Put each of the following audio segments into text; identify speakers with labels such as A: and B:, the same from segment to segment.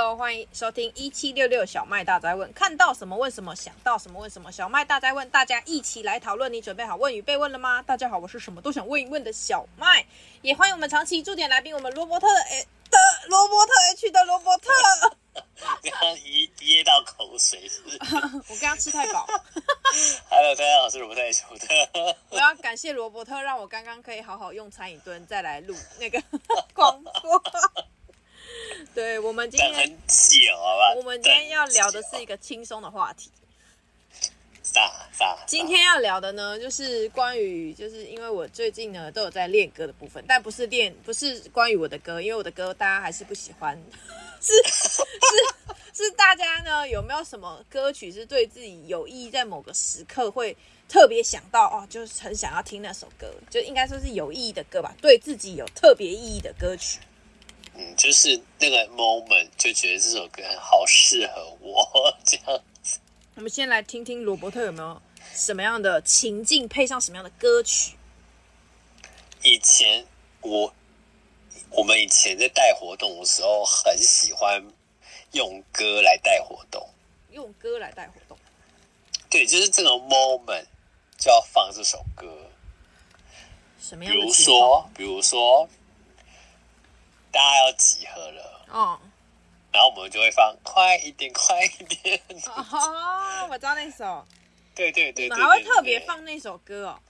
A: 后，欢迎收听一七六六小麦大灾问，看到什么问什么，想到什么问什么。小麦大灾问，大家一起来讨论。你准备好问与被问了吗？大家好，我是什么都想问一问的小麦，也欢迎我们长期驻点来宾，我们罗伯特的 A 的罗伯特 H 的罗伯特。
B: 刚刚噎噎到口水是不是
A: 我刚刚吃太饱，
B: ？Hello，大家好，我是罗伯特楚的。
A: 我要感谢罗伯特，让我刚刚可以好好用餐一顿，再来录那个 广播。 对我们今
B: 等
A: 天，
B: 很久，好吧？
A: 我们今天要聊的是一
B: 个
A: 个轻松的话题。
B: 啥啥？
A: 今天要聊的呢，就是关于，就是因为我最近呢都有在练歌的部分，但不是练，不是关于我的歌，因为我的歌大家还是不喜欢， 是是是大家呢有没有什么歌曲是对自己有意义，在某个时刻会特别想到哦，就是很想要听那首歌，就应该说是有意义的歌吧，对自己有特别意义的歌曲。
B: 嗯，就是那个 moment 就觉得这首歌好适合我，这样
A: 我们先来听听罗伯特有没有什么样的情境配上什么样的歌曲。
B: 以前我我们以前在带活动的时候，很喜欢用歌来带活动。
A: 用歌来带活动，
B: 对，就是这种 moment 就要放这首歌。
A: 什么
B: 比
A: 样的
B: 如
A: 情况？
B: 说，比如说，大家要集合了，
A: 哦，
B: 然后我们就会放快一点，快一点。
A: 哦，我知道那首，
B: 对对对对
A: 你们
B: 对
A: 还会特别
B: 对
A: 放那首歌哦，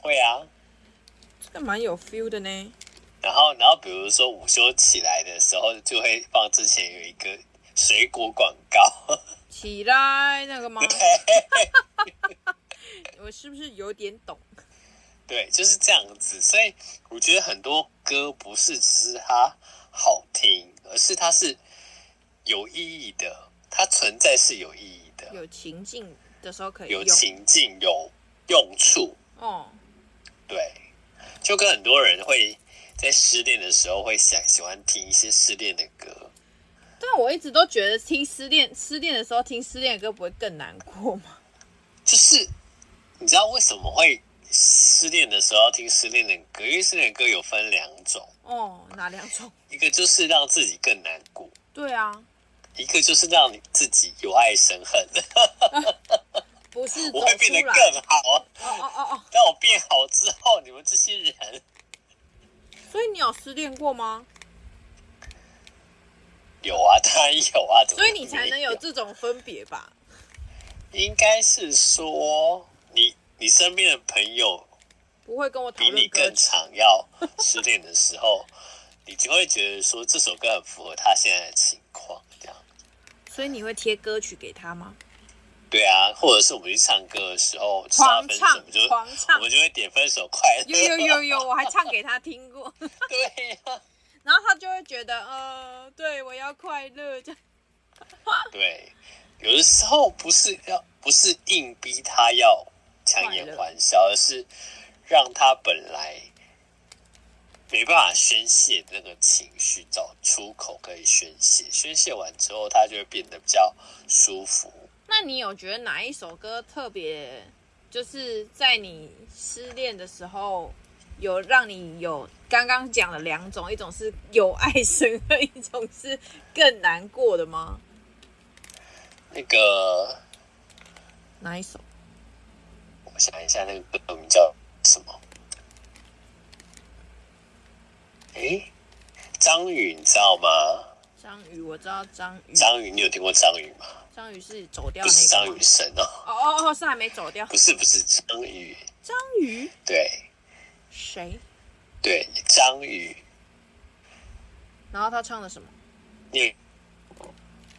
B: 会啊。
A: 这个蛮有 feel 的呢。
B: 然后，然后比如说午休起来的时候，就会放之前有一个水果广告。
A: 起来那个吗？
B: 对
A: 我是不是有点懂？
B: 对，就是这样子。所以我觉得很多歌不是只是它好听，而是它是有意义的，它存在是有意义的，
A: 有情境的时候可以
B: 有
A: 用。
B: 情境，有用处。
A: 哦，
B: 对，就跟很多人会在失恋的时候会想喜欢听一些失恋的歌，
A: 但啊我一直都觉得听失恋失恋的时候听失恋的歌不会更难过吗？
B: 就是你知道为什么会失恋的时候要听失恋的歌？因为失恋的歌有分两种，
A: 哦，哪两种？
B: 一个就是让自己更难过，
A: 对啊，
B: 一个就是让你自己有爱生恨，
A: 不是走
B: 我会变
A: 出来。
B: 得更好。
A: 哦哦哦哦，
B: 当我变好之后，你们这些人，
A: 所以你有失恋过吗？
B: 有啊，当然有啊，怎么
A: 所以你才能有
B: 没
A: 这种分别吧？
B: 应该是说你你身边的朋友
A: 不会跟我讨
B: 比你
A: 论歌
B: 更
A: 曲。
B: 常要失恋的时候，你就会觉得说这首歌很符合他现在的情况，这样
A: 所以你会贴歌曲给他吗？
B: 对啊，或者是我们去唱歌的时候，就是要
A: 狂
B: 分手，我
A: 唱
B: 们就，
A: 狂
B: 我
A: 唱，
B: 们就会点分手快乐，
A: 有有有有，我还唱给他听过，
B: 对啊呀、
A: 然后他就会觉得，呃，对我要快乐，这样
B: 对，有的时候不是要不是硬逼他要强颜欢笑，而是让他本来没办法宣泄那个情绪，找出口可以宣泄，宣泄完之后，他就会变得比较舒服。
A: 那你有觉得哪一首歌特别，就是在你失恋的时候，有让你有刚刚讲的两种，一种是有爱生恨， 一种是更难过的吗？
B: 那个，
A: 哪一首？
B: 我想一下，那个歌名叫什么？诶，张宇，你知道吗？
A: 张宇，我知道张宇，
B: 张宇，你有听过张宇吗？
A: 张宇是走掉
B: 不是
A: 那
B: 张
A: 个吗
B: 雨。生哦，
A: 哦哦哦，是还没走掉。
B: 不是不是张宇，
A: 张宇
B: 对
A: 谁？
B: 对，张宇，
A: 然后他唱的什么？
B: 你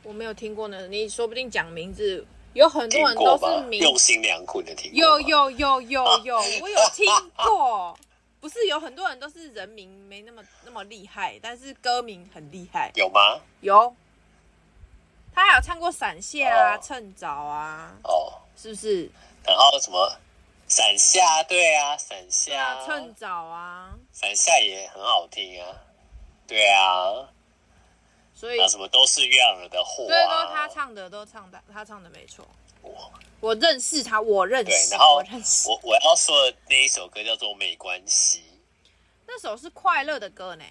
A: 我没有听过呢，你说不定讲名字，有很
B: 听
A: 多人
B: 过
A: 都
B: 吗
A: 是？名
B: 用心良苦，你听过
A: 有
B: 吗，
A: 有有有有，我有听过， 不是有很多人都是人名没那么那么厉害，但是歌名很厉害。
B: 有吗？
A: 有，他还有唱过《闪现》啊，
B: 哦
A: 《趁早》啊，
B: 哦，
A: 是不是？
B: 然后什么伞下？对啊，伞
A: 对啊，
B: 下，
A: 《趁早》啊，
B: 伞下也很好听啊，对啊，
A: 所以
B: 那什么都是月亮惹的祸
A: 对
B: 啊，
A: 都他唱的，都唱的，他唱的没错。
B: 我
A: 我认识他，我认
B: 对，
A: 识，
B: 然后
A: 我认识。
B: 我我要说的那一首歌叫做《没关系
A: 那首是快乐的歌呢，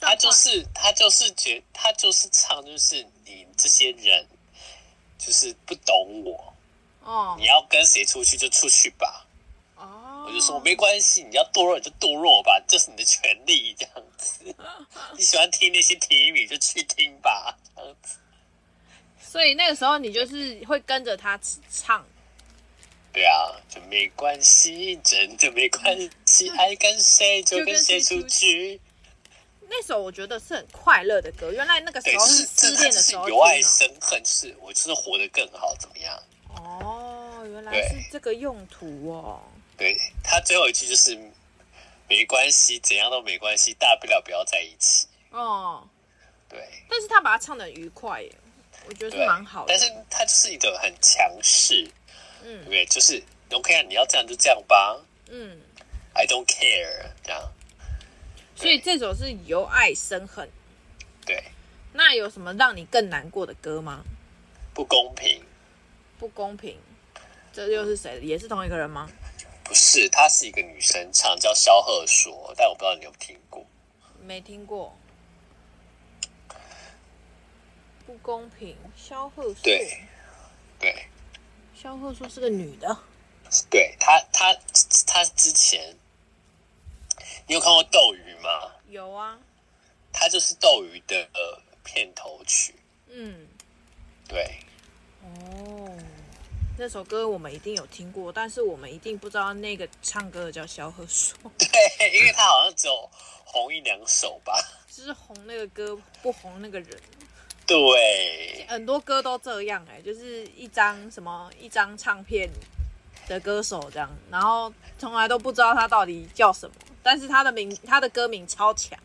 B: 他就是他就是觉他就是唱，就是你这些人就是不懂我，
A: 哦
B: 你要跟谁出去就出去吧。
A: 哦，
B: 我就说没关系，你要堕落你就堕落吧，这是你的权利，这样 子。你喜欢听那些评语就去听吧，这样子。
A: 所以那个时候你就是会跟着他唱，
B: 对啊，就没关系，真的没关系， 爱跟谁就跟谁出
A: 就跟谁出
B: 去。
A: 那首我觉得是很快乐的歌。原来那个时
B: 对，
A: 候
B: 就是
A: 失
B: 这，他
A: 恋
B: 就
A: 的
B: 是
A: 时候听
B: 由爱
A: 的。
B: 生恨，就是我就是活得更好，怎么样？
A: 哦，原来
B: 对
A: 是这个用途哦。
B: 对他最后一句就是没关系，怎样都没关系，大不了不要在一起。
A: 哦，
B: 对，
A: 但是他把它唱的愉快耶，我觉得
B: 对
A: 是蛮好的
B: 但。是他就是一个很强势，对
A: 嗯
B: 不对？就是 OK 啊，你要这样就这样吧
A: 嗯，
B: ，I don't care 这样。
A: 所以这首是由爱生恨。
B: 对，
A: 那有什么让你更难过的歌吗？
B: 不公平，
A: 不公平，这又是谁？也是同一个人吗？
B: 不是，她是一个女生唱，叫萧贺说，但我不知道你有没有听过。
A: 没听过。不公平，肖鹤硕。
B: 对，对，
A: 肖鹤硕是个女的。
B: 对她，她，她之前，你有看过《斗鱼》吗？
A: 有啊，
B: 她就是《斗鱼》的呃片头曲。
A: 嗯，
B: 对，
A: 哦，那首歌我们一定有听过，但是我们一定不知道那个唱歌的叫萧鹤硕，
B: 对，因为她好像只有红一两首吧。
A: 就是红那个歌不红那个人。
B: 对，
A: 很多歌都这样哎、就是一张什么一张唱片的歌手这样，然后从来都不知道他到底叫什么，但是他的名他的歌名超强，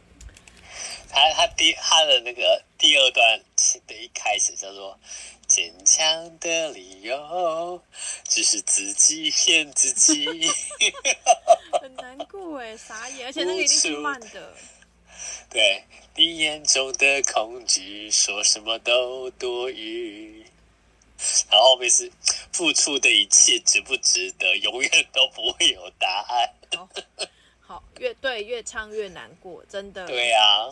B: 他他第他的那个第二段的一开始叫做“坚强的理由只是自己骗自己
A: 很难过哎、傻眼，而且那个一定是慢的，”
B: 对。你眼中的恐惧，说什么都多余。然后后面是付出的一切值不值得，永远都不会有答案。
A: 好，好越对越唱越难过，真的，
B: 对啊，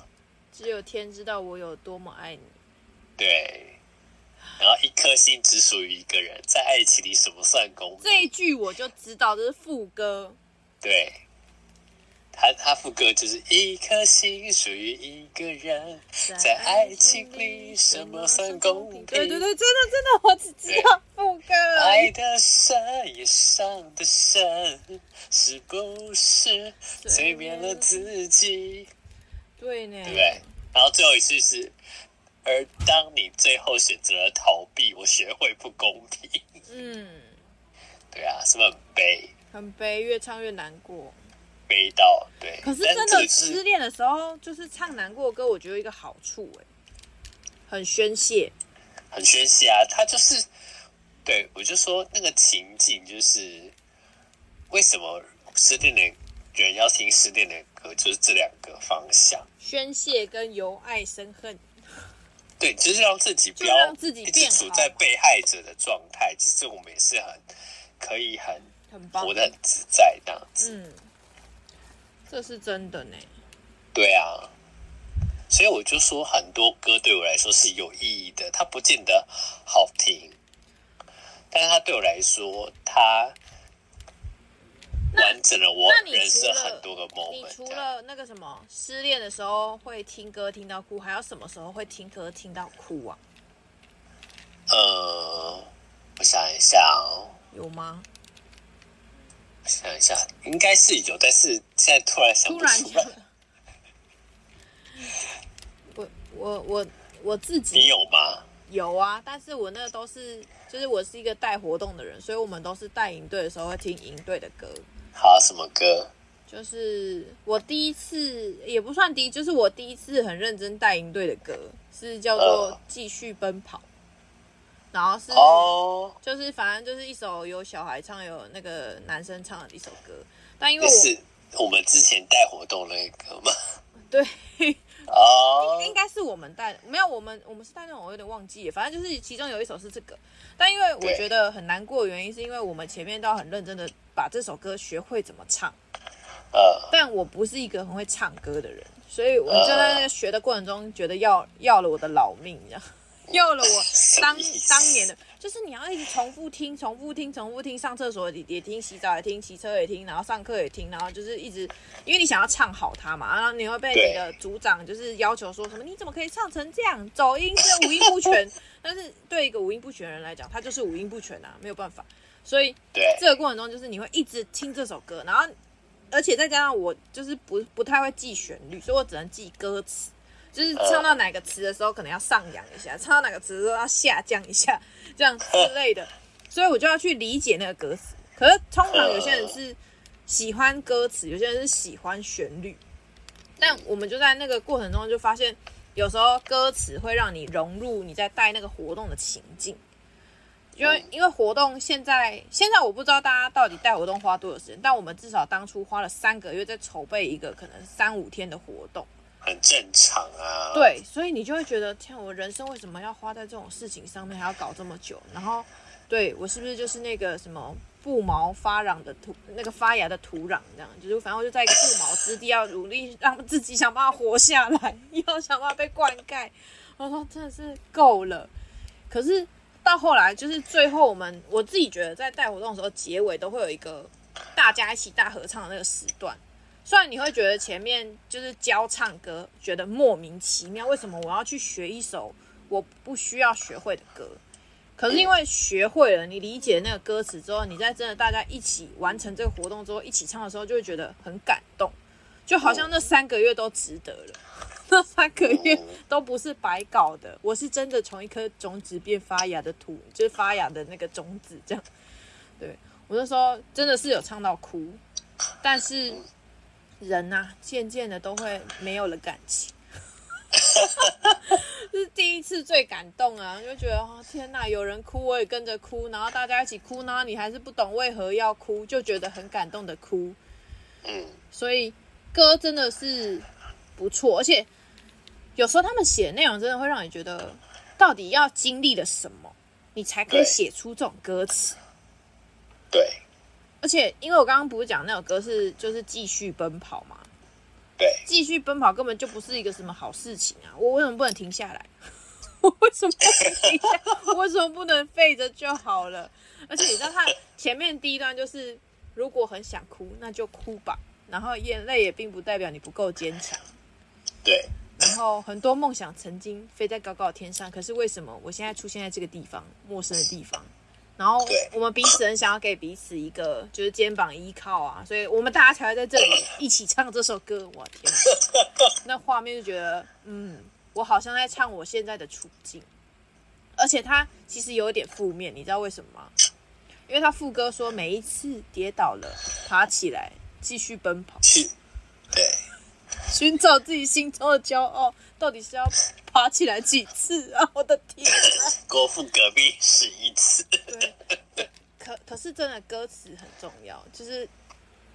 A: 只有天知道我有多么爱你。
B: 对。然后一颗心只属于一个人，在爱情里什么算公平？
A: 这一句我就知道这是副歌，
B: 对，他他副歌就是一颗心属于一个人，在爱情里什么算公平？
A: 哎对对，对，真的真的，我只知道副歌而已
B: 爱的深也伤的深，是不是催眠了自己？
A: 对呢，
B: 对不对？然后最后一句是，而当你最后选择了逃避，我学会不公平。
A: 嗯，
B: 对啊，是不是很悲
A: 很悲，越唱越难过。
B: 悲到？对，
A: 可是
B: 但
A: 真
B: 这个
A: 的
B: 就是
A: 失恋的时候，就是唱难过的歌，我觉得有一个好处哎、很宣泄。
B: 很宣泄啊，他就是，对我就说那个情境就是，为什么失恋的人要听失恋的歌，就是这两个方向，
A: 宣泄跟由爱生恨，
B: 对，就是让自己不
A: 就
B: 要
A: 让自己
B: 一直
A: 变好
B: 处在被害者的状态，其实我们也是很可以很
A: 很棒
B: 活。得很自在这样子，
A: 嗯，这是真的呢。
B: 对啊。所以我就说，很多歌对我来说是有意义的，它不见得好听，但是它对我来说，它完整了我
A: 那你
B: 人
A: 除
B: 生
A: 了
B: 哦很多个 moment
A: 你除
B: 这样
A: 了那个什么失恋的时候会听歌听到哭，还有什么时候会听歌听到哭啊？
B: 呃，我想一下哦，
A: 有吗？
B: 我想一下，应该是有，但是现在突然想
A: 突
B: 不
A: 然
B: 出来
A: 想。，我 我我我自
B: 你
A: 己
B: 有吗？
A: 有啊，但是我那个都是，就是我是一个带活动的人，所以我们都是带营队的时候会听营队的歌。
B: 好，什么歌？
A: 就是我第一次，也不算第一，就是我第一次很认真带营队的歌，是叫做《
B: 嗯
A: 继续奔跑》，然后是
B: 哦，
A: 就是反正就是一首有小孩唱，有那个男生唱的一首歌。但因为
B: 也
A: 我
B: 是我们之前带活动那个吗？
A: 对，
B: 哦，
A: 应该是我们带的，没有我们我们是带那种，我有点忘记了，反正就是其中有一首是这个，但因为我
B: 对
A: 觉得很难过的原因，是因为我们前面都要很认真的把这首歌学会怎么唱，
B: 呃，
A: 但我不是一个很会唱歌的人，所以我就在那个学的过程中，觉得要要了我的老命，这样 要了我当
B: 什么意思
A: 当年的，就是你要一直重复听、重复听、重复听，上厕所也听，洗澡也听，骑车也听，然后上课也听，然后就是一直，因为你想要唱好它嘛，然后你会被
B: 对
A: 你的组长就是要求说什么，你怎么可以唱成这样？走音是五音不全， 但是对一个五音不全的人来讲，他就是五音不全啊，没有办法，所以。
B: 对，
A: 这个过程中，就是你会一直听这首歌，然后而且再加上我就是不不太会记旋律，所以我只能记歌词。就是唱到哪个词的时候，可能要上扬一下；唱到哪个词的时候要下降一下，这样之类的。所以我就要去理解那个歌词。可是通常有些人是喜欢歌词，有些人是喜欢旋律。但我们就在那个过程中就发现，有时候歌词会让你融入你在带那个活动的情境。因为因为活动现在现在我不知道大家到底带活动花多久时间，但我们至少当初花了三个月在筹备一个可能三五天的活动。
B: 很正常啊。，
A: 对，所以你就会觉得，天啊，我人生为什么要花在这种事情上面，还要搞这么久？然后，对我是不是就是那个什么不毛发壤的土，那个发芽的土壤这样？就是反正我就在一个不毛之地，要努力让自己想办法活下来， 要想办法被灌溉。我说真的是够了。可是到后来，就是最后我们我自己觉得在带活动的时候，结尾都会有一个大家一起大合唱的那个时段。虽然你会觉得前面就是教唱歌，觉得莫名其妙，为什么我要去学一首我不需要学会的歌？可是因为学会了，你理解那个歌词之后，你在真的大家一起完成这个活动之后，一起唱的时候，就会觉得很感动，就好像那三个月都值得了，那三个月都不是白搞的。我是真的从一颗种子变发芽的土，就是发芽的那个种子这样。对我那时候真的是有唱到哭，但是人呐、渐渐的都会没有了感情。这是第一次最感动啊，就觉得哦天呐，有人哭我也跟着哭，然后大家一起哭，然后你还是不懂为何要哭，就觉得很感动的哭。
B: 嗯，
A: 所以歌真的是不错，而且有时候他们写的内容真的会让你觉得，到底要经历了什么，你才可以
B: 对
A: 写出这种歌词。
B: 对
A: 而且，因为我刚刚不是讲那首歌是就是继续奔跑嘛，
B: 对，
A: 继续奔跑根本就不是一个什么好事情啊！我为什么不能停下来？ 我为什么不能停下来？我为什么不能废着就好了？而且你知道，他前面第一段就是，如果很想哭，那就哭吧。然后眼泪也并不代表你不够坚强。
B: 对，
A: 然后很多梦想曾经飞在高高的天上，可是为什么我现在出现在这个地方，陌生的地方？然后
B: 对
A: 我们彼此很想要给彼此一个就是肩膀依靠啊，所以我们大家才会在这里一起唱这首歌。我天哪，那画面就觉得，嗯，我好像在唱我现在的处境，而且它其实有一点负面，你知道为什么吗？因为他副歌说每一次跌倒了，爬起来继续奔跑，
B: 是，对，
A: 寻找自己心中的骄傲，到底是要爬起来几次啊？我的天、啊！
B: 国父隔壁是一次，
A: 对，可可是真的歌词很重要，就是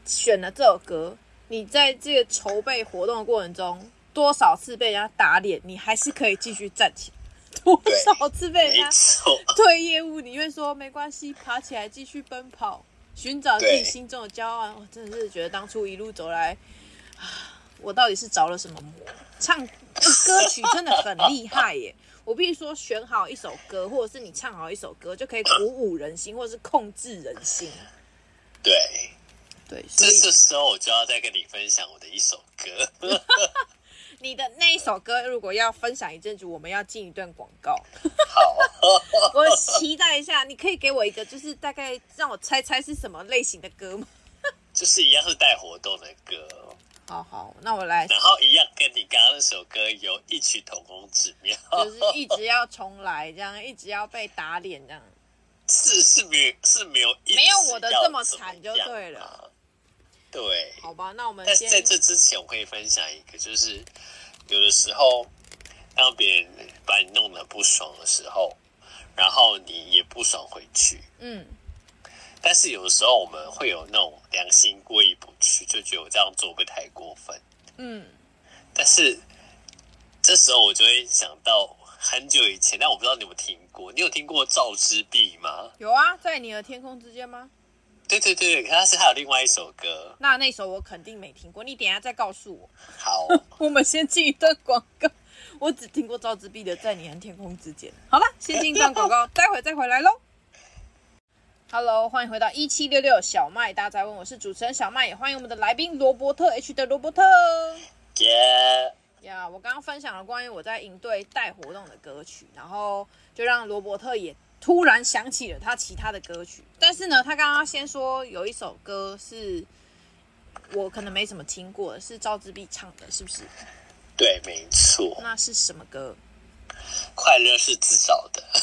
A: 选了这首歌，你在这个筹备活动的过程中，多少次被人家打脸，你还是可以继续站起来；多少次被人
B: 没
A: 家
B: 错，
A: 退业务，你会说没关系，爬起来继续奔跑，寻找自己
B: 对
A: 心中的骄傲。我真的是觉得当初一路走来，啊，我到底是着了什么魔？唱歌曲真的很厉害耶！我必须说，选好一首歌，或者是你唱好一首歌，就可以鼓舞人心，或者是控制人心。
B: 对。
A: 对，所
B: 这这
A: 以
B: 时候我就要再跟你分享我的一首歌，
A: 你的那一首歌，如果要分享一阵子，我们要进一段广告。
B: 好，
A: 我期待一下，你可以给我一个，就是大概让我猜猜是什么类型的歌吗？
B: 就是一样是带活动的歌，
A: 好
B: 哦
A: 好，那我来
B: 然后一样跟你刚刚那首歌有异曲同工之妙，
A: 就是一直要重来，这样一直要被打脸，这样
B: 是是没有是没有一直
A: 没有我的
B: 要
A: 这么惨就
B: 怎么样
A: 对了
B: 啊，对，
A: 好吧？那我们
B: 但是
A: 先
B: 哎在这之前，我可以分享一个，就是有的时候让别人把你弄得不爽的时候，然后你也不爽回去。
A: 嗯，
B: 但是有的时候我们会有那种良心过意不去，就觉得我这样做会不会太过分？
A: 嗯，
B: 但是这时候我就会想到很久以前，但我不知道你有没有听过，你有听过赵之璧吗？
A: 有啊，在你的天空之间吗？
B: 对对对，可是它是还有另外一首歌。
A: 那那首我肯定没听过，你等一下再告诉我。
B: 好，
A: 我们先进一段广告， 我只听过赵之璧的《在你和天空之间》。好了，先进一段广告，待会再回来喽。Hello，欢迎回到一七六六小麦大宅问，我是主持人小麦，也欢迎我们的来宾罗伯特 H 的罗伯特。
B: 耶、
A: 呀我刚刚分享了关于我在营队带活动的歌曲，然后就让罗伯特也突然想起了他其他的歌曲。但是呢，他刚刚先说有一首歌是我可能没怎么听过的，是赵志碧唱的，是不是？
B: 对，没错，
A: 那是什么歌？
B: 快乐是自找的。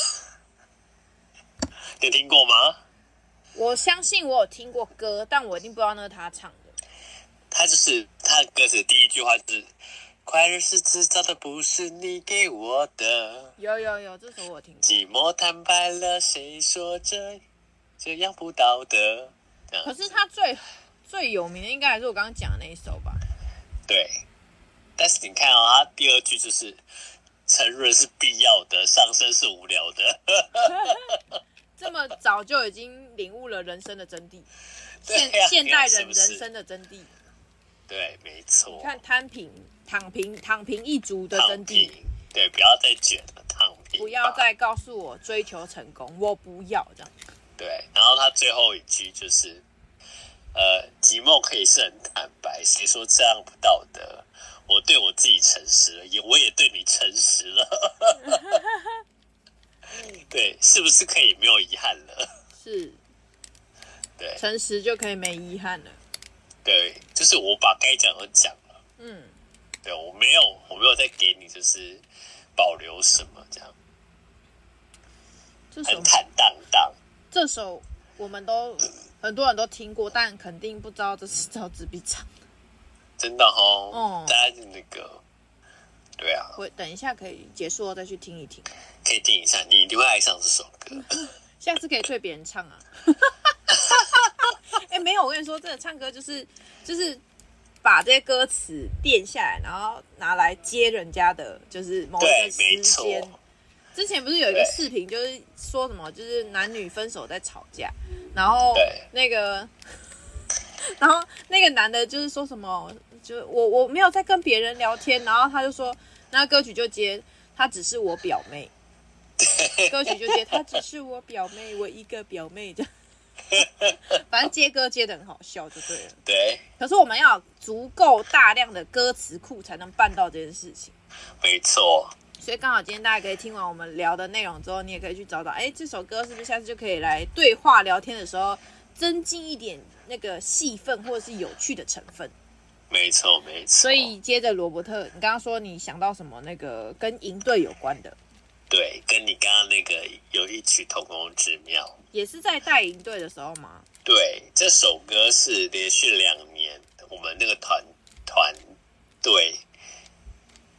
B: 你听过吗？
A: 我相信我有听过歌，但我一定不知道那是他唱的。
B: 他就是他的歌词第一句话就是“快乐是制造的，不是你给我的”。
A: 有有有，这首我有听过。
B: 寂寞坦白了，谁说这这样不道德？这样
A: 可是他最最有名的应该还是我刚刚讲的那一首吧？
B: 对，但是你看啊、他第二句就是“沉沦是必要的，上升是无聊的
A: 这么早就已经领悟了人生的真谛，
B: 对
A: 现、
B: 呀
A: 现代人
B: 是不是
A: 人生的真谛。”。
B: 对，没错。
A: 看摊平、躺平、躺平一族的
B: 躺
A: 真谛
B: 平，，对，不要再卷了，躺平吧。
A: 不要再告诉我追求成功，我不要这样。
B: 对，然后他最后一句就是，呃，寂寞可以是很坦白，谁说这样不道德？我对我自己诚实了，也我也对你诚实了。 对，是不是可以没有遗憾了？
A: 是
B: 对
A: 诚实就可以没遗憾了。
B: 对，就是我把该讲的讲了，
A: 嗯，
B: 对我没有我没有再给你就是保留什么，这样
A: 这首
B: 很坦荡荡。
A: 这首我们都很多人都听过，但肯定不知道这是赵子碧唱。
B: 真的哦
A: 嗯，
B: 大家那个，对啊，
A: 我等一下可以结束后再去听一听，
B: 可以听一下，你一定会爱上这首歌。
A: 下次可以对别人唱 啊。哎、没有，我跟你说，真的唱歌就是就是把这些歌词垫下来，然后拿来接人家的，就是某一
B: 对
A: 个，
B: 没
A: 时间
B: 错。，
A: 之前不是有一个
B: 对
A: 视频，就是说什么，就是男女分手在吵架，然后
B: 对
A: 那个， 然后那个男的就是说什么，就我我没有在跟别人聊天，然后他就说，那歌曲就接，她只是我表 妹，歌曲就接，她只是我表妹，我一个表妹 这样，反正接歌接的很好笑就对了。
B: 对，
A: 可是我们要有足够大量的歌词库才能办到这件事情。
B: 没错，
A: 所以刚好今天大家可以听完我们聊的内容之后，你也可以去找找，哎，这首歌是不是下次就可以来对话聊天的时候增进一点那个戏份或者是有趣的成分。
B: 没错，没错。
A: 所以接着罗伯特，你刚刚说你想到什么那个跟营队有关的，
B: 对，跟你刚刚那个有异曲同工之妙。
A: 也是在带营队的时候吗？
B: 对，这首歌是连续两年我们那个团团队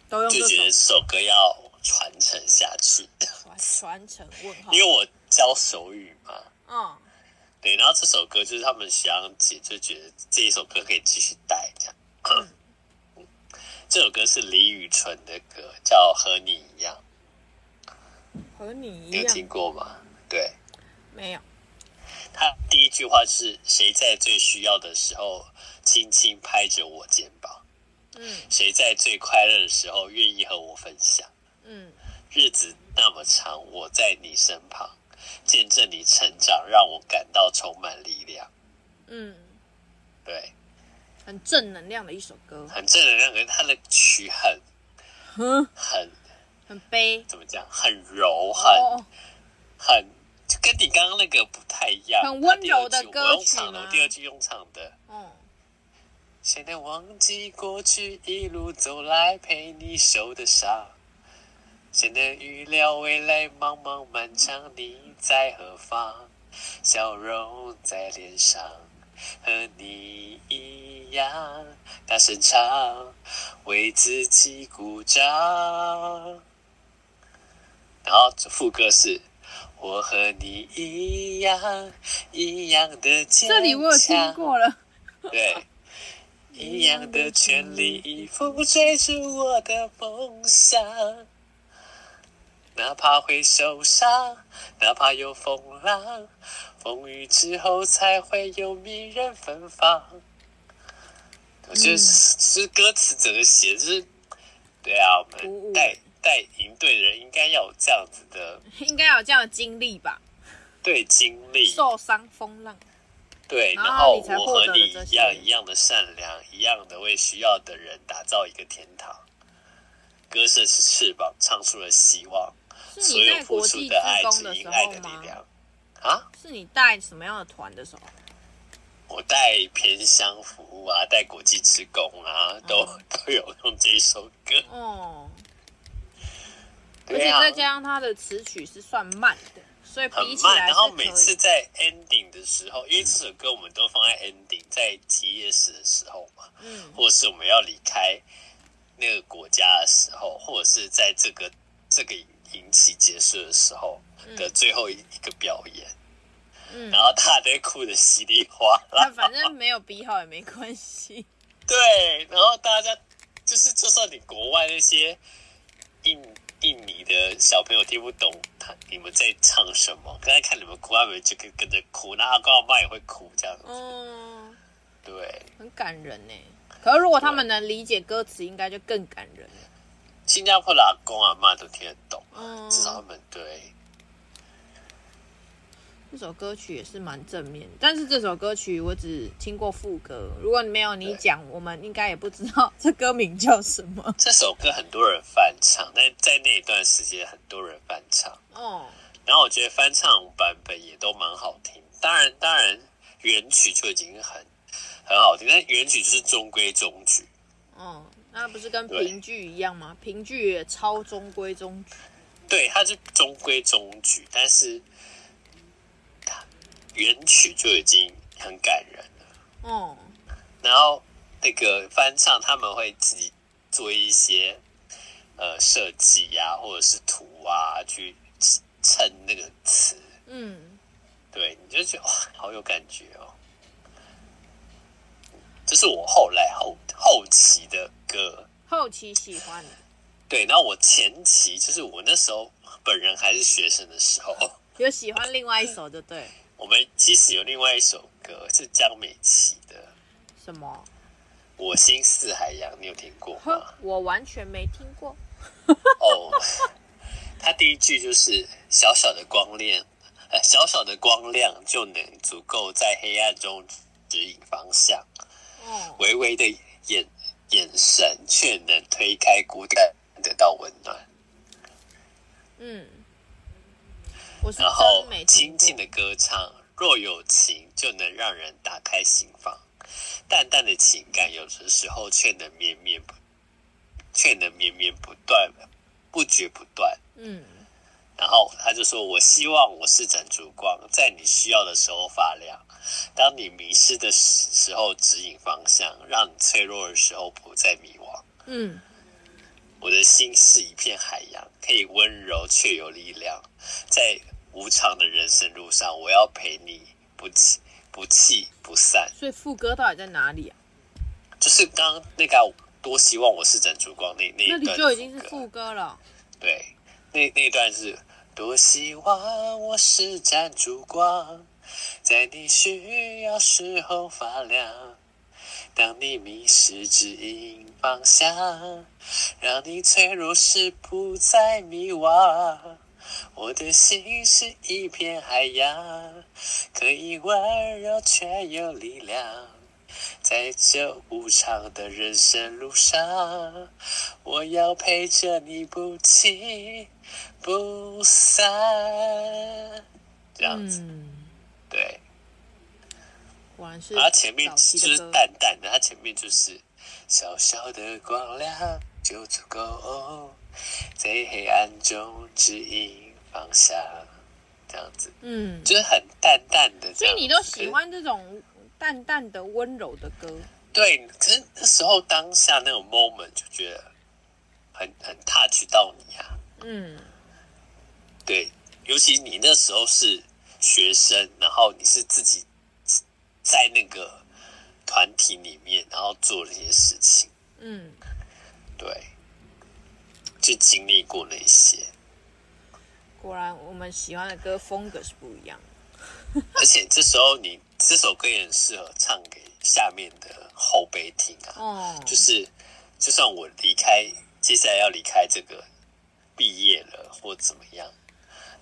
A: 都用这
B: 就觉得这
A: 首
B: 首歌要传承下去，
A: 传传承问号
B: 因为，我教手语嘛。
A: 嗯，
B: 对，然后这首歌就是他们学长姐就觉得这一首歌可以继续带这样。
A: 嗯
B: 这首歌是李宇春的歌，叫《和你一样
A: 和你》，
B: 你
A: 一
B: 有听
A: 样
B: 过吗？对，
A: 没有，
B: 他第一句话是：“谁在最需要的时候，轻轻拍着我肩膀；
A: 嗯
B: 谁在最快乐的时候，愿意和我分享。
A: 嗯，
B: 日子那么长，我在你身旁，见证你成长，让我感到充满力量。”
A: 嗯，
B: 对，
A: 很正能量的一首歌，
B: 很正能量，可是他的曲很
A: 哼，
B: 很
A: 很悲
B: 怎么讲，很柔，很、
A: 哦，
B: 很，就跟你刚刚那个不太一样。
A: 很温柔的
B: 他第二句我用
A: 歌曲
B: 唱的，我
A: 吗
B: 第二句用唱的。
A: 哦，
B: 谁能忘记过去一路走来陪你受的伤？谁能预料未来茫茫漫长你在何方？笑容在脸上，和你一样大声唱，为自己鼓掌。然后副歌是。我和你一样，一样的坚强。
A: 这里我有听过了。
B: 对，一样的权利，一风追逐我的梦想。哪怕会受伤，哪怕有风浪，风雨之后才会有迷人芬芳。我觉得是歌词整个写就是，对啊，我
A: 鼓舞
B: 们带带营队的人应该要有这样子的
A: 应该有这样的经历吧？
B: 对经历，
A: 受伤风浪，
B: 对，
A: 然
B: 然
A: 后
B: 后
A: 哦你才
B: 我
A: 获
B: 和
A: 得
B: 你
A: 了这
B: 一样
A: 些
B: 一样的善良，一样的为需要的人打造一个天堂。歌声是翅膀，唱出了希望，
A: 是
B: 所
A: 你
B: 有
A: 在
B: 付
A: 国
B: 出
A: 际
B: 的
A: 职
B: 爱
A: 工
B: 只
A: 的
B: 因
A: 时
B: 爱
A: 候
B: 的力
A: 吗？
B: 量。啊，
A: 是你带什么样的团的时候？
B: 我带偏乡服务啊，带国际职工啊，都、
A: 嗯
B: 都有用这一首歌。
A: 哦，而
B: 对
A: 且
B: 啊，
A: 再加上它的词曲是算慢的，所以
B: 很
A: 比起
B: 慢，
A: 来
B: 然
A: 是
B: 后
A: 可
B: 每
A: 以。
B: 次在 ending 的时候，因为这首歌我们都放在 ending，在结业式的时候嘛，
A: 嗯，
B: 或是我们要离开那个国家的时候，或者是在这个这个引起结束的时候的最后一一个表演，
A: 嗯
B: 然后大家都哭的稀里哗啦
A: 那，反正没有逼好也没关系。
B: 对，然后大家就是就算你国外那些印印尼的小朋友听不懂他你们在唱什么，刚才看你们哭，他们就跟跟着哭，那阿公阿妈也会哭这样子，哦
A: 嗯，
B: 对。
A: 很感人呢。可是如果他们能理解歌词，应该就更感人了。
B: 新加坡的阿公阿妈都听得懂啊，
A: 嗯
B: 至少他们对
A: 这首歌曲也是蛮正面，但是这首歌曲我只听过副歌。如果没有你讲，我们应该也不知道这歌名叫什么。
B: 这首歌很多人翻唱，但在那一段时间很多人翻唱，
A: 哦，
B: 然后我觉得翻唱版本也都蛮好听。当然，当然原曲就已经很很好听，但原曲就是中规中矩。
A: 哦，那不是跟
B: 对
A: 评剧一样吗？评剧也超中规中矩。
B: 对，它是中规中矩，但是它原曲就已经很感人了。
A: 哦，
B: 然后那个翻唱他们会自己做一些呃设计呀、或者是图啊，去衬那个词，
A: 嗯，
B: 对，你就觉得哇，好有感觉哦。这是我后来后后期的歌，
A: 后期喜欢
B: 对，然后我前期就是我那时候本人还是学生的时候，
A: 有喜欢另外一首就对，
B: 我们其实有另外一首歌是江美琪的《
A: 什么？
B: 我心似海洋》，你有听过吗
A: 呵？，我完全没听过。
B: 哦，他第一句就是小小的光亮，呃，小小的光亮就能足够在黑暗中指引方向，
A: 哦，
B: 微微的眼眼神却能推开孤单，得到温暖。
A: 嗯，我是
B: 然后
A: 真没听
B: 轻
A: 过。
B: 轻的歌唱，若有情就能让人打开心房，淡淡的情感有的时候却能绵绵不，却能绵绵不断，不绝不断。
A: 嗯，
B: 然后他就说：“我希望我是盏烛光，在你需要的时候发亮，当你迷失的时时候指引方向，让你脆弱的时候不再迷惘。
A: 嗯，
B: 我的心是一片海洋，可以温柔却有力量。在无常的人生路上，我要陪你不弃不弃不散。
A: 所以副歌到底在哪里啊？”
B: 就是刚刚那个啊多希望我是盏烛光那那
A: 那
B: 一
A: 里
B: 段
A: 就已经是
B: 歌
A: 副歌了。
B: 对，那那一段是多希望我是盏烛光，在你需要时候发亮。当你迷失指引方向，让你脆弱时不再迷惘。我的心是一片海洋，可以温柔却有力量。在这无常的人生路上，我要陪着你不弃不散。这样子，
A: 嗯，
B: 对。
A: 果然是
B: 然后前面
A: 早
B: 就
A: 期
B: 是
A: 的歌。
B: 淡淡的，它前面就是小小的光亮就足够、哦在黑暗中指引方向，这样子
A: 嗯，
B: 就是很淡淡的这
A: 所以
B: 样子。
A: 你都喜
B: 可是
A: 欢这种淡淡的温柔的歌。
B: 对，可是那时候当下那种 moment 就觉得很很 touch 到你啊。
A: 嗯，
B: 对，尤其你那时候是学生，然后你是自己在那个团体里面，然后做了一些事情，
A: 嗯，
B: 对，就经历过那些。
A: 果然我们喜欢的歌风格是不一样的。
B: 而且这时候你这首歌也很适合唱给下面的后辈听啊，
A: 哦，
B: 就是就算我离开，接下来要离开这个毕业了或怎么样，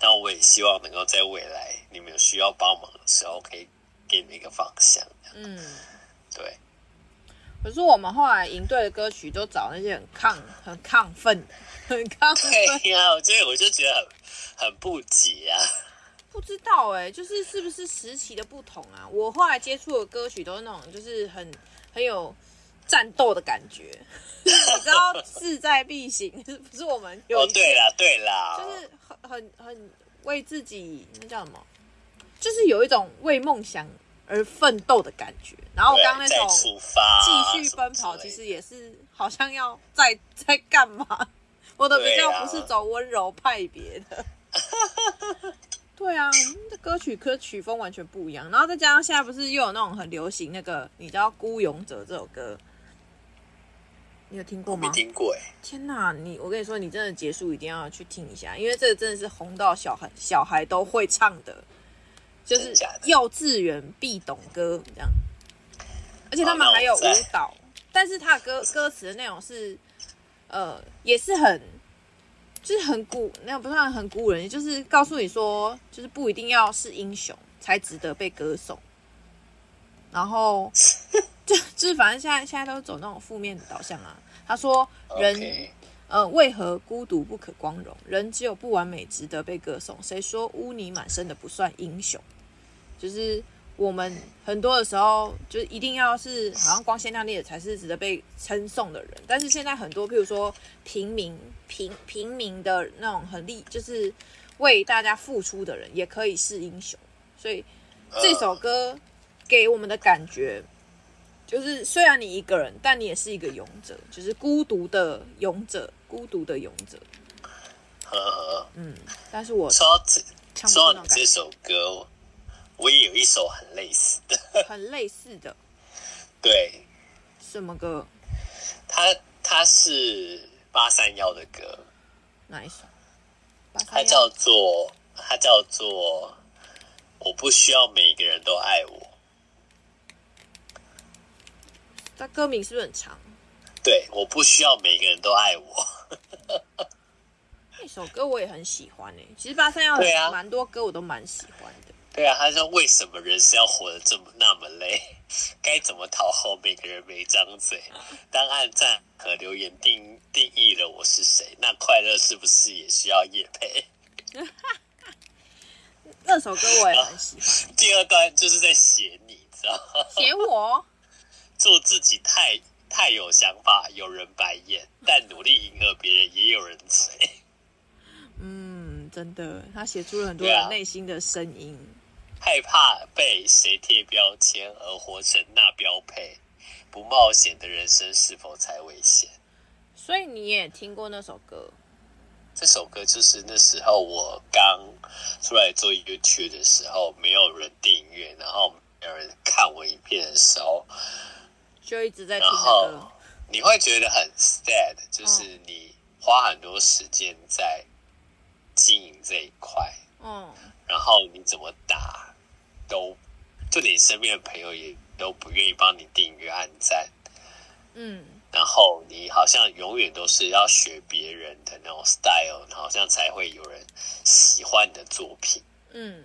B: 那我也希望能够在未来你们有需要帮忙的时候，可以给你们一个方向。
A: 嗯，
B: 对，
A: 可是我们后来营队的歌曲都找那些很亢、很亢奋、 很亢奋。
B: 对呀、我所以我就觉得很很不解啊。
A: 不知道哎、就是是不是时期的不同啊？我后来接触的歌曲都是那种，就是很很有战斗的感觉， 你知道势在必行，不是我们有
B: 哦
A: 一，次
B: 对啦，对啦，
A: 就是很很很为自己那叫什么，就是有一种为梦想而奋斗的感觉。然后
B: 对
A: 刚刚那
B: 再
A: 首
B: 出发啊，
A: 继续奔跑，
B: 什么之类的
A: 其实也是好像要 在在干嘛？我的比较不是走温柔派别 的。对啊，这歌曲歌曲风完全不一样，然后再加上现在不是又有那种很流行那个，你知道《孤勇者》这首歌，你有听过
B: 没
A: 吗？
B: 听过哎、
A: 天哪，你我跟你说，你真的结束一定要去听一下，因为这个真的是红到小孩小孩都会唱的，就
B: 真
A: 是
B: 的假的
A: 幼稚园必懂歌这样。而且他们
B: 好那我
A: 还有舞
B: 再
A: 蹈，但是他的歌歌词的内容是，呃，也是很，就是很古，那不算很古人，就是告诉你说，就是不一定要是英雄才值得被歌颂。然 后就就是反正现在现在都走那种负面导向啊。他说人
B: OK
A: 呃为何孤独不可光荣？人只有不完美值得被歌颂。谁说污泥满身的不算英雄？就是我们很多的时候，就是一定要是好像光鲜亮丽的才是值得被称颂的人。但是现在很多，譬如说平民、平平民的那种很力，就是为大家付出的人，也可以是英雄。所以这首歌给我们的感觉，就是虽然你一个人，但你也是一个勇者，就是孤独的勇者，孤独的勇者。
B: 呵呵，
A: 嗯，但是我
B: 说到这，
A: 唱不出
B: 说
A: 那
B: 到
A: 种
B: 你
A: 感
B: 这首歌，我我也有一首很类似的，
A: 觉，很类似的
B: 对，
A: 什么歌？
B: 它它是八三幺的歌，
A: 哪一首？八三
B: 它
A: 幺
B: 叫做它叫做我不需要每个人都爱我，
A: 它歌名是不是很长？
B: 对，我不需要每个人都爱我，
A: 那首歌我也很喜欢诶、其实八三幺
B: 对啊
A: 蛮多歌我都蛮喜欢的。
B: 对啊，他说为什么人生要活得这么那么累？该怎么讨好每个人每张嘴？当暗赞和留言定定义了我是谁，那快乐是不是也需要夜配？
A: 那首歌我也很喜欢。
B: 第二段就是在写你，你知道吗？
A: 写我
B: 做自己太太有想法，有人白 眼，但努力迎合别人，也有人嘴。
A: 嗯，真的，他写出了很多
B: 对啊
A: 人内心的声音。
B: 害怕被谁贴标签而活成那标配，不冒险的人生是否才危险？
A: 所以你也听过那首歌？
B: 这首歌就是那时候我刚出来做 YouTube 的时候，没有人订阅，然后没有人看我影片的时候，
A: 就一直在听
B: 然
A: 的
B: 后
A: 歌。
B: 你会觉得很 sad，就是
A: 嗯
B: 你花很多时间在经营这一块，
A: 嗯，
B: 然后你怎么打都，就你身边的朋友也都不愿意帮你订阅、按赞，
A: 嗯，
B: 然后你好像永远都是要学别人的那种 style，好像才会有人喜欢你的作品。
A: 嗯，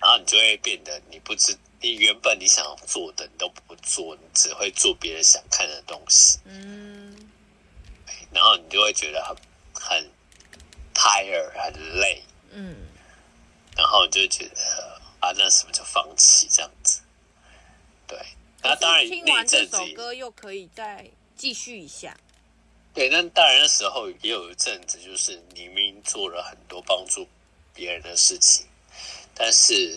B: 然后你就会变得你不知你原本你想做的你都不做，你只会做别人想看的东西，
A: 嗯，
B: 然后你就会觉得很很 tired 很累，
A: 嗯，
B: 然后你就觉得呃啊那什么就放弃这样子，对。那当然
A: 可是听
B: 那一
A: 完这
B: 阵子
A: 首
B: 也
A: 歌又可以再继续一下。
B: 对，但当然那时候也有一阵子，就是你明明做了很多帮助别人的事情，但是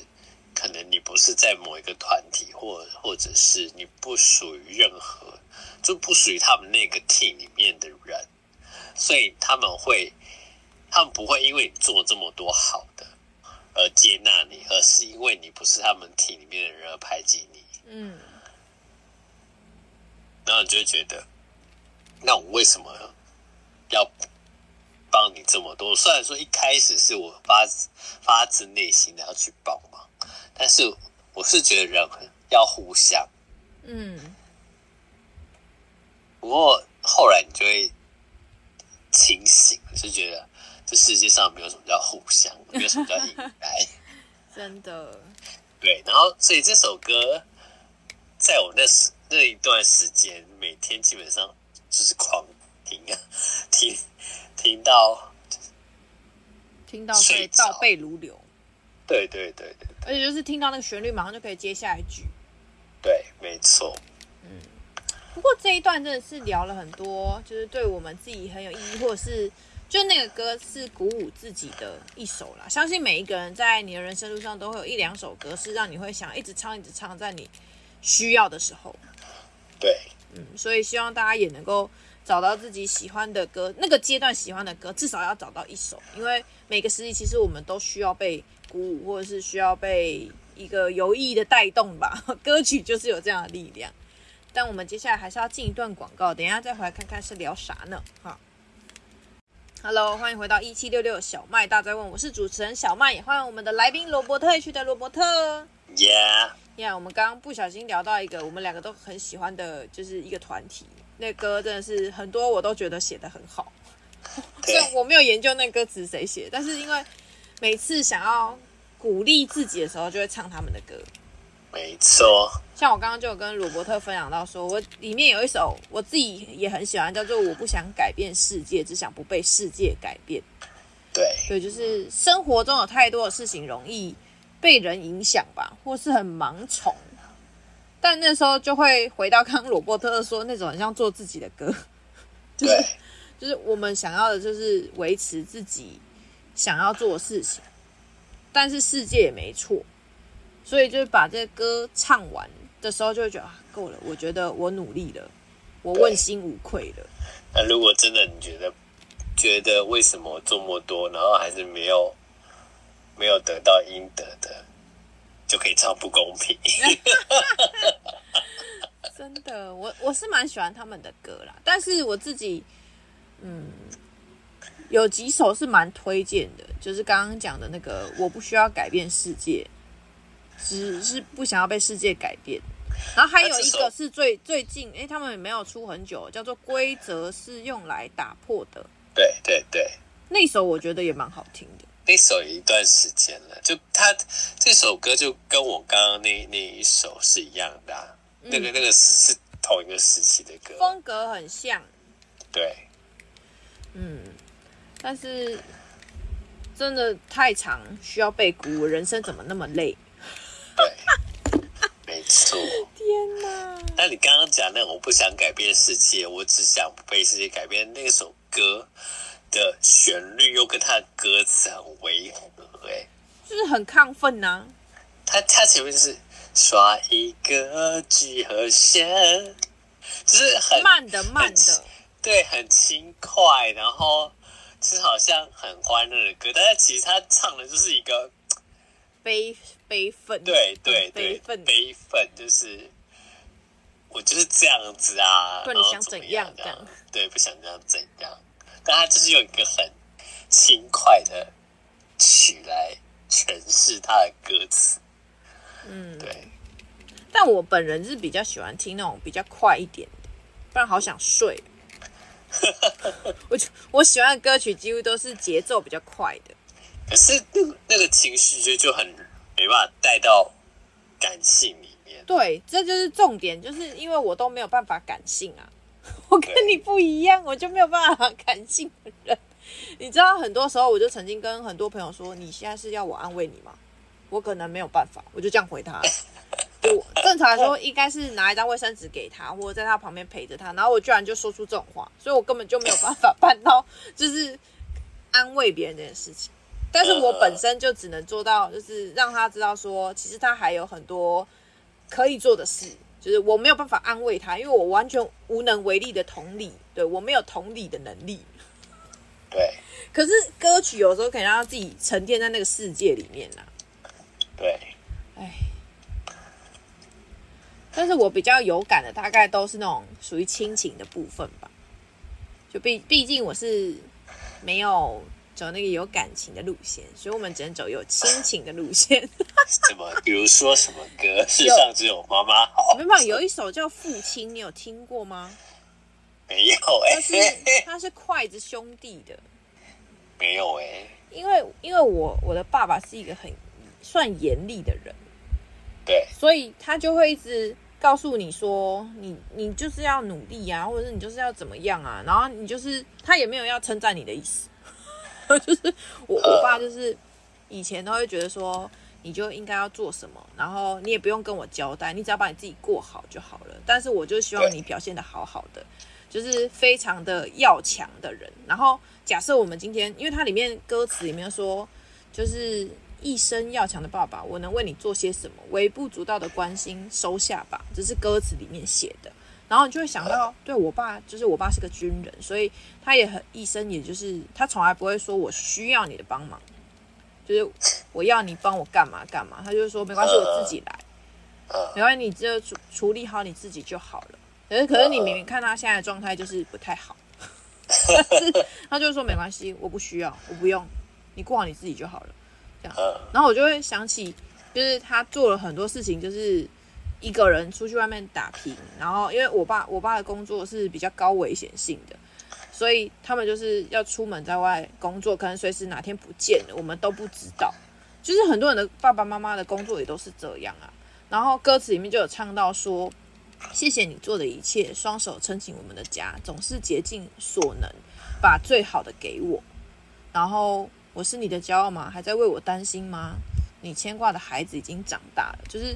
B: 可能你不是在某一个团体，或或者是你不属于任何，就不属于他们那个 team 里面的人，所以他们会，他们不会因为你做这么多好的而接纳你，而是因为你不是他们 team 里面的人而排挤你。
A: 嗯，
B: 然后你就会觉得，那我为什么要帮你这么多。虽然说一开始是我发自发自内心的要去帮忙，但是我是觉得人要互相。
A: 嗯，
B: 不过后来你就会清醒，就觉得这世界上没有什么叫互相，没有什么叫应该。
A: 真的，
B: 对，然后所以这首歌在我那时那一段时间，每天基本上就是狂听啊，听听到，
A: 听到可以倒背如流，
B: 对对对对
A: 而且就是听到那个旋律，马上就可以接下一句。
B: 对，没错，
A: 不过这一段真的是聊了很多，就是对我们自己很有意义，或者是就那个歌是鼓舞自己的一首啦。相信每一个人在你的人生路上都会有一两首歌是让你会想一直唱、一直唱，在你需要的时候。
B: 对
A: 嗯，所以希望大家也能够找到自己喜欢的歌，那个阶段喜欢的歌，至少要找到一首，因为每个时期其实我们都需要被鼓舞，或者是需要被一个有意义的带动吧。 歌曲就是有这样的力量。但我们接下来还是要进一段广告，等一下再回来看看是聊啥呢？哈。Hello，欢迎回到一七六六小麦大在问，我是主持人小麦，也欢迎我们的来宾罗伯特 H 的罗伯特。
B: ，Yeah，
A: 呀我们刚刚不小心聊到一个我们两个都很喜欢的，就是一个团体，那歌真的是很多我都觉得写的很好。虽然
B: 对
A: 我没有研究那歌词谁写，但是因为每次想要鼓励自己的时候，就会唱他们的歌。
B: 没错，
A: 像我刚刚就有跟罗伯特分享到说，我里面有一首我自己也很喜欢，叫做《我不想改变世界，只想不被世界改变》。
B: 对
A: 对，就是生活中有太多的事情容易被人影响吧，或是很盲从。但那时候就会回到刚刚罗伯特说那种很像做自己的歌，就是
B: 对
A: 就是我们想要的就是维持自己想要做的事情，但是世界也没错，所以就是把这歌唱完的时候就会觉得啊够了，我觉得我努力了，我问心无愧了。
B: 那如果真的你觉得觉得为什么我这么多，然后还是没有没有得到应得的，就可以唱不公平。
A: 真的，我我是蛮喜欢他们的歌啦，但是我自己，嗯，有几首是蛮推荐的，就是刚刚讲的那个“我不需要改变世界，只是不想要被世界改变”，然后还有一
B: 那
A: 个
B: 这首
A: 是最最近，诶，他们也没有出很久，叫做《规则是用来打破的》
B: 对对对，
A: 那首，我觉得也蛮好听的。
B: 那首有一段时间了，就他这首歌就跟我刚刚那那一首是一样的啊、那个那个时是同一个时期的歌，
A: 风格很像，
B: 对
A: 但是真的太长，需要背鼓，我人生怎么那么累？
B: 对，没错。
A: 天哪！
B: 那你刚刚讲那种我不想改变世界，我只想被世界改变那首歌的旋律又跟它的歌词很违和、欸，
A: 就是很亢奋啊呐、
B: 它它前面是刷一个聚合线，就是很
A: 慢的慢的，
B: 对，很轻快，然后就是好像很欢乐的歌，但是其实他唱的就是一个
A: 悲悲愤，
B: 对对对
A: 悲愤，
B: 悲愤，就是我就是这样子啊，
A: 不然
B: 然后
A: 你想
B: 怎么
A: 怎
B: 样
A: 样这样
B: 对，不想这样怎样，但他就是用一个很轻快的曲来诠释他的歌词，
A: 嗯。
B: 对，
A: 但我本人是比较喜欢听那种比较快一点的，不然好想睡。 我就我喜欢的歌曲几乎都是节奏比较快的，
B: 可是那个那个情绪就就很没办法带到感性里面，
A: 对，这就是重点，就是因为我都没有办法感性啊， 我跟
B: 对
A: 你不一样，我就没有办法感性的人。你知道，很多时候我就曾经跟很多朋友说：“你现在是要我安慰你吗？”我可能没有办法，我就这样回他。我正常来说应该是拿一张卫生纸给他，或者在他旁边陪着他，然后我居然就说出这种话，所以我根本就没有办法办到就是安慰别人这件事情。但是我本身就只能做到，就是让他知道说，其实他还有很多可以做的事，就是我没有办法安慰他，因为我完全无能为力的同理，对我没有同理的能力。
B: 对
A: 可是歌曲有时候可以让他自己沉淀在那个世界里面啊啦。
B: 对。
A: 哎，但是我比较有感的大概都是那种属于亲情的部分吧，就毕毕竟我是没有走那个有感情的路线，所以我们只能走有亲情的路线。
B: 什么？比如说什么 歌？世上只有妈妈好。
A: 没办法，有一首叫《父亲》，你有听过吗？
B: 没有哎、
A: 它 是它是筷子兄弟的，
B: 没有哎、
A: 因为因为我我的爸爸是一个很算严厉的人，
B: 对，
A: 所以他就会一直告诉你说，你你就是要努力啊，或者是你就是要怎么样啊，然后你就是他也没有要称赞你的意思， 就是我我爸就是以前都会觉得说，你就应该要做什么，然后你也不用跟我交代，你只要把你自己过好就好了。但是我就希望
B: 对
A: 你表现的好好的，就是非常的要强的人。然后假设我们今天，因为它里面歌词里面说，就是一生要强的爸爸，我能为你做些什么？微不足道的关心收下吧，这是歌词里面写的。然后你就会想到，对我爸，就是我爸是个军人，所以他也很一生，也就是他从来不会说我需要你的帮忙，就是我要你帮我干嘛干嘛，他就说没关系，
B: 嗯
A: 我自己来，
B: 嗯
A: 没关系，你只有处处理好你自己就好了。可是可是你明明看他现在的状态就是不太好， 但是他就说没关系，我不需要，我不用，你过好你自己就好了。
B: 嗯，
A: 然后我就会想起，就是他做了很多事情，就是一个人出去外面打拼。然后因为我爸我爸的工作是比较高危险性的，所以他们就是要出门在外工作，可能随时哪天不见了，我们都不知道。就是很多人的爸爸妈妈的工作也都是这样啊。然后歌词里面就有唱到说：“谢谢你做的一切，双手撑起我们的家，总是竭尽所能把最好的给我。”然后我是你的骄傲吗？还在为我担心吗？你牵挂的孩子已经长大了。就是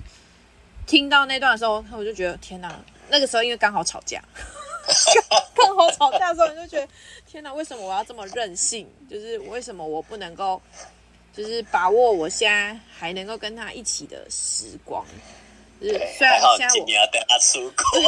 A: 听到那段的时候，我就觉得天哪！那个时候因为刚好吵架，刚好吵架的时候，你就觉得天哪，为什么我要这么任性？就是为什么我不能够，就是把握我现在还能够跟他一起的时光？就是
B: 对，
A: 虽然
B: 还好
A: 现在
B: 今
A: 我
B: 年要带他出国。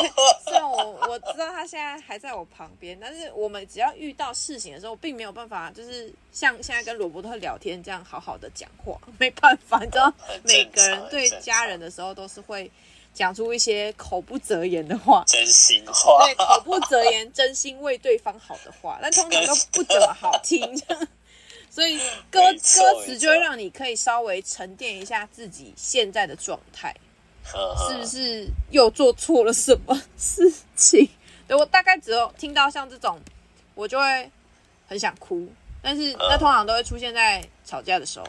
A: 虽然我我知道他现在还在我旁边，但是我们只要遇到事情的时候，并没有办法，就是像现在跟罗伯特聊天这样好好的讲话，没办法，你知道
B: 很正常
A: 每个人对
B: 很正常，
A: 家人的时候都是会讲出一些口不择言的话
B: 真心话
A: 对，，口不择言，真心为对方好的话，但通常都不怎么好听。所以歌
B: 没错
A: 歌词就会
B: 没错
A: 让你可以稍微沉淀一下自己现在的状态，是不
B: 是
A: 是又做错了什么事情？对我大概只有听到像这种，我就会很想哭，但是
B: 呃
A: 那通常都会出现在吵架的时候。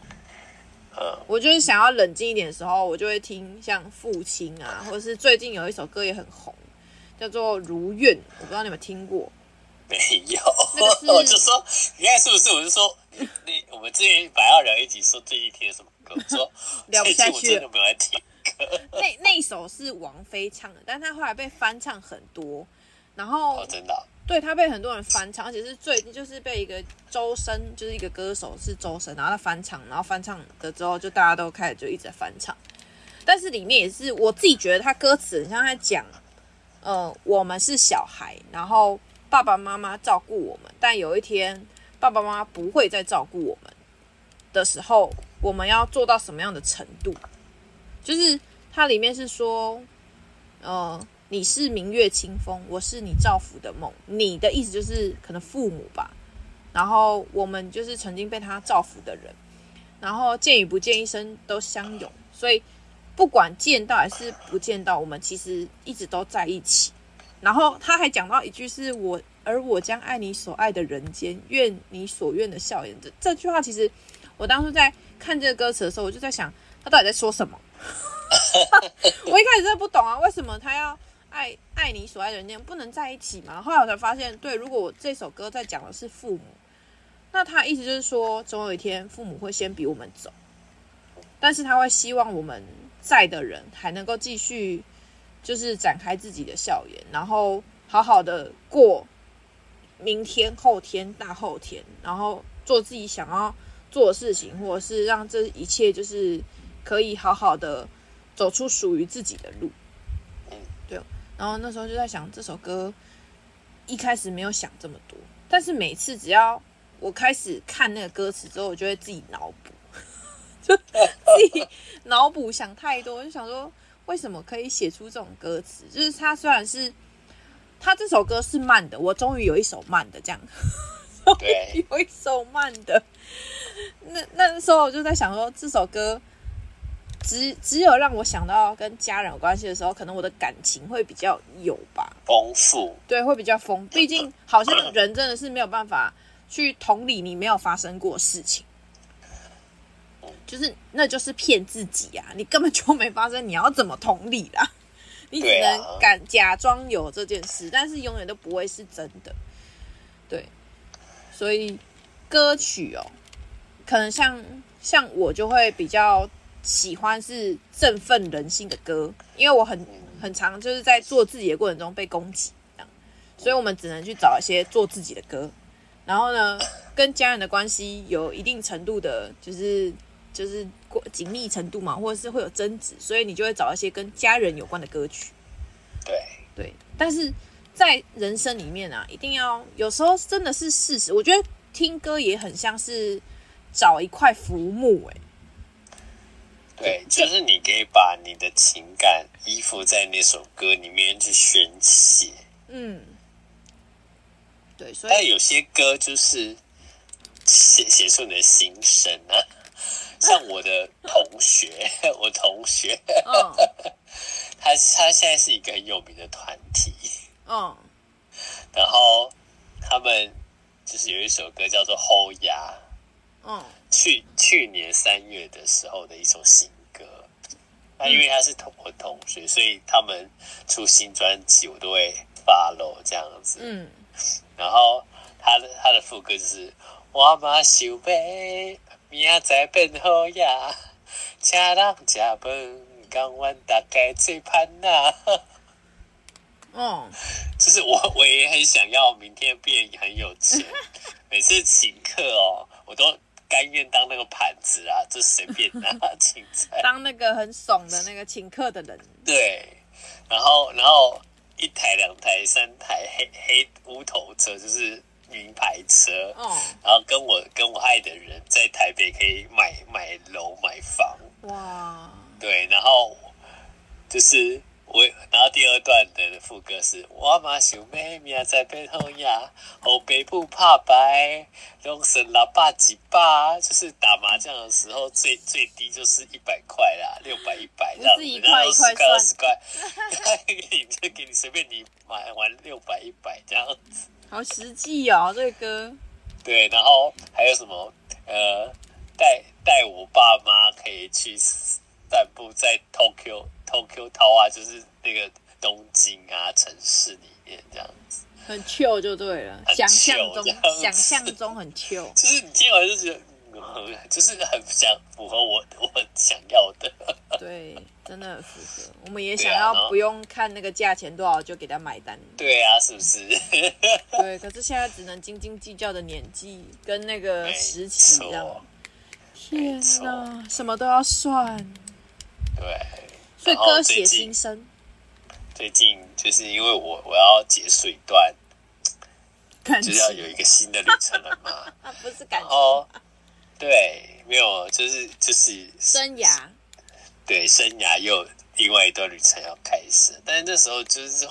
B: 嗯，
A: 我就是想要冷静一点的时候，我就会听像《父亲》啊，或者是最近有一首歌也很红，叫做《如愿》，我不知道你们听过。
B: 没有
A: 那个是，
B: 我就说，你看是不是？我就说，那我们之前白要聊一集，说最近听了什么歌，我说
A: 聊不
B: 最
A: 下
B: 近我
A: 去
B: 真的
A: 了。
B: 没有在听，呃
A: 那那一首是王菲唱的，但她后来被翻唱很多，然后
B: 哦，真的啊，
A: 对他被很多人翻唱，而且是最近就是被一个周深，就是一个歌手是周深，然后他翻唱，然后翻唱了之后，就大家都开始就一直在翻唱。但是里面也是我自己觉得他歌词很像在讲，呃，我们是小孩，然后爸爸妈妈照顾我们，但有一天爸爸妈妈不会再照顾我们的时候，我们要做到什么样的程度？就是它里面是说，呃，你是明月清风，我是你照拂的梦。你的意思就是可能父母吧，然后我们就是曾经被他照拂的人，然后见与不见一生都相拥，所以不管见到还是不见到，我们其实一直都在一起。然后他还讲到一句是我，而我将爱你所爱的人间，愿你所愿的笑颜。这这句话其实我当初在看这个歌词的时候，我就在想他到底在说什么。我一开始真的不懂啊，为什么他要爱爱你所爱的人间不能在一起嘛？后来我才发现，对，如果我这首歌在讲的是父母，那他的意思就是说，总有一天父母会先比我们走，但是他会希望我们在的人还能够继续就是展开自己的笑颜，然后好好的过明天、后天、大后天，然后做自己想要做的事情，或者是让这一切就是可以好好的走出属于自己的路。哎对，哦然后那时候就在想这首歌，一开始没有想这么多，但是每次只要我开始看那个歌词之后，我就会自己脑补， 就自己脑补想太多，我就想说为什么可以写出这种歌词？就是它虽然是它这首歌是慢的，我终于有一首慢的这样， 都
B: 对
A: 有一首慢的。那那时候我就在想说，这首歌只只有让我想到跟家人有关系的时候，可能我的感情会比较有吧，
B: 丰富，
A: 对，会比较丰。毕竟好像人真的是没有办法去同理你没有发生过的事情。就是，那就是骗自己啊！你根本就没发生，你要怎么同理啦？ 你只
B: 对啊
A: 能敢假装有这件事，但是永远都不会是真的。对，所以歌曲哦，可能像像我就会比较喜欢是振奋人心的歌，因为我很很常就是在做自己的过程中被攻击这样，所以我们只能去找一些做自己的歌。然后呢，跟家人的关系有一定程度的，就是就是过紧密程度嘛，或者是会有争执，所以你就会找一些跟家人有关的歌曲。
B: 对，
A: 对，但是在人生里面啊，一定要有时候真的是事实。我觉得听歌也很像是找一块浮木、欸，
B: 对，就是你可以把你的情感依附在那首歌里面去宣泄，
A: 嗯，对，所
B: 但
A: 以
B: 有些歌就是写写出你的心声啊。像我的同学， 我同学，
A: 嗯
B: 他他现在是一个很有名的团体，
A: 嗯，
B: 然后他们就是有一首歌叫做《后牙》，
A: 嗯
B: 去去年三月的时候的一首新歌。那因为他是同我同学，所以他们出新专辑我都会 follow 这样子。
A: 嗯，
B: 然后他的他的副歌就是我嘛想要明仔载变好呀，请人食饭，讲阮大家做伴啊呐。
A: 嗯，
B: 就是我我也很想要明天变很有钱，每次请客哦，我都甘愿当那个盘子啊，就随便拿请菜。
A: 当那个很怂的那个请客的人，
B: 对，然后然后一台、两台、三台黑黑乌头车，就是名牌车。
A: 哦、
B: 然后跟我跟我爱的人在台北可以买买楼买房，
A: 哇，
B: 对，然后就是我，然后第二段的副歌是“我嘛想要明仔载变好呀，后北部怕白，拢是喇叭几把”，就是打麻将的时候最最低就是一百块啦，六百一百这样
A: 不是一
B: 子，
A: 块
B: 然后
A: 一
B: 十
A: 块
B: 块二十
A: 算
B: 块， 他给你就给你随便你买完六百一百这样子，
A: 好实际哦，这个歌，
B: 对，然后还有什么呃，带带我爸妈可以去散步在 Tokyo Tokyo 桃啊，就是那个东京啊城市里面这样子。
A: 很 chill 就对了，
B: 很
A: 想象
B: chill
A: 中
B: 这样子
A: 想象中很 chill，
B: 就是你听完就觉得，嗯，很就是很想符合我我想要的。
A: 对，真的很符合。我们也
B: 对啊
A: 想
B: 然后
A: 要不用看那个价钱多少就给他买单，
B: 对啊，是不是？
A: 对。可是现在只能斤斤计较的年纪跟那个
B: 没
A: 时期这样
B: 错，，
A: 天
B: 没错
A: 哪，什么都要算，
B: 对。
A: 所以
B: 然后
A: 歌
B: 最
A: 写
B: 近
A: 心声，
B: 啊最近就是因为我我要结束一段，
A: 感
B: 就
A: 情
B: 是要有一个新的旅程了嘛。
A: 啊， 不是感情，
B: 哦，对，没有，就是就是
A: 生涯，
B: 对生涯又有另外一段旅程要开始，但是那时候就是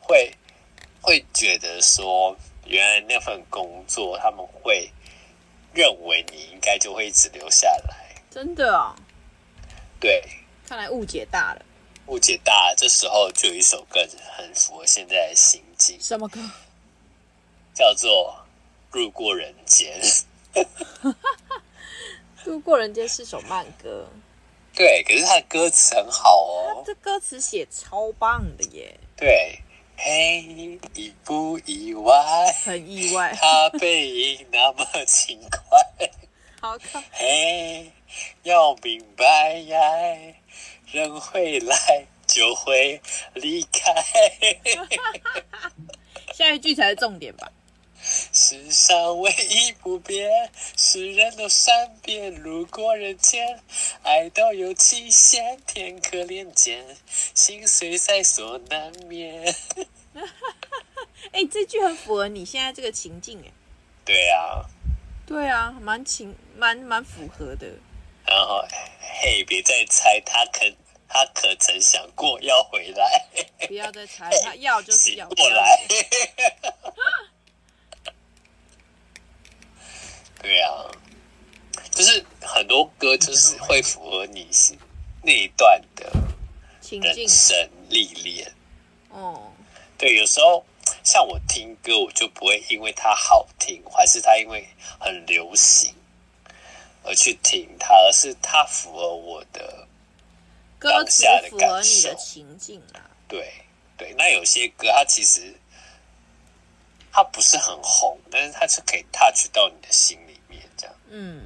B: 会会觉得说，原来那份工作他们会认为你应该就会一直留下来，
A: 真的哦，
B: 对，
A: 看来误解大了。
B: 误解大了。这时候就有一首歌很符合现在的心境，
A: 什 么歌？
B: 叫做《路过人间》。
A: 路过人间是首慢歌，
B: 对，可是它的歌词很好哦
A: 他。这歌词写超棒的耶，
B: 对，嘿，意不意外？
A: 很意外，
B: 他背影那么 轻快，
A: 好看。
B: 嘿，哎要明白，人会来就会离开，
A: 下一句才是重点吧？
B: 世上唯一不变是人都善变，路过人间，爱都有期限，天可怜见，心碎在所难免。
A: 哎、这句很符合你现在这个情境哎。
B: 对啊，
A: 对啊，蛮情蛮蛮符合的。
B: 然后嘿，别再猜，他可他可曾想过要回来？
A: 不要 再猜，他要就是
B: 醒
A: 要。
B: 过来。啊就是很多歌就是会符合你是那一段的
A: 情境
B: 人生历练。
A: 哦，
B: 对，有时候像我听歌，我就不会因为它好听，还是它因为很流行而去听它，而是它符合我的。
A: 歌词
B: 当下的
A: 符合
B: 感
A: 你的
B: 受
A: 情境啊。
B: 对对，那有些歌它其实它不是很红，但是它是可以 touch 到你的心里面这样。
A: 嗯，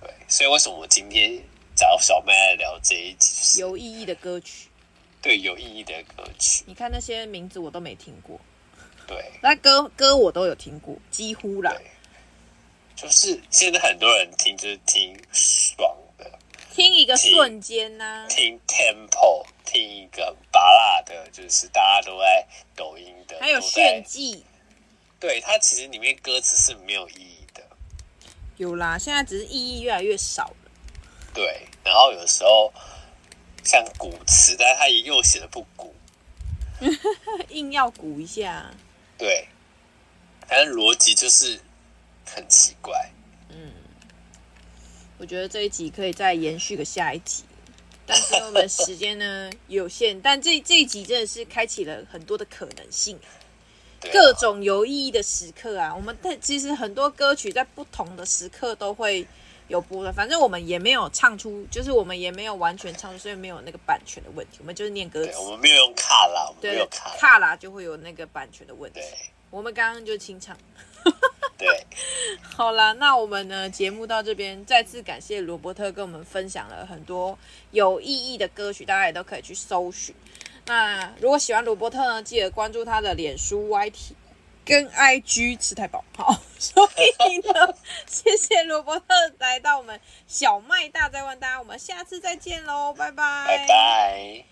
B: 对，所以为什么我今天找小妹来聊这一集，就是
A: 有意义的歌曲，
B: 对有意义的歌曲。
A: 你看那些名字我都没听过，
B: 对
A: 那歌歌我都有听过，几乎啦。
B: 对，就是现在很多人听就是听爽的，
A: 听一个瞬间呐、
B: 听 tempo，听一个拔辣的，就是大家都在抖音的，
A: 还有
B: 都在
A: 炫。技，
B: 对，它其实里面歌词是没有意义的。
A: 有啦，现在只是意义越来越少了。
B: 对，然后有时候像古词，但是他又写的不古，
A: 硬要鼓一下，
B: 对，但是逻辑就是很奇怪。
A: 我觉得这一集可以再延续个下一集，但是因为我们时间呢 有限，但这这一集真的是开启了很多的可能性，
B: 对啊，
A: 各种有意义的时刻啊。我们但其实很多歌曲在不同的时刻都会有播的，反正我们也没有唱出，就是我们也没有完全唱出，所以没有那个版权的问题，我们就是念歌
B: 对，我
A: 词。
B: 们没有用卡啦，我们没
A: 对
B: 有卡啦，
A: 卡啦就会有那个版权的问题
B: 对。
A: 我们刚刚就清唱。
B: 对
A: 好啦，那我们呢节目到这边，再次感谢罗伯特跟我们分享了很多有意义的歌曲，大家也都可以去搜寻。那如果喜欢罗伯特呢，记得关注他的脸书 YT 跟 IG 吃太饱。好，所以呢， 谢谢罗伯特来到我们小麦大在问大家，我们下次再见喽，拜拜，
B: 拜拜。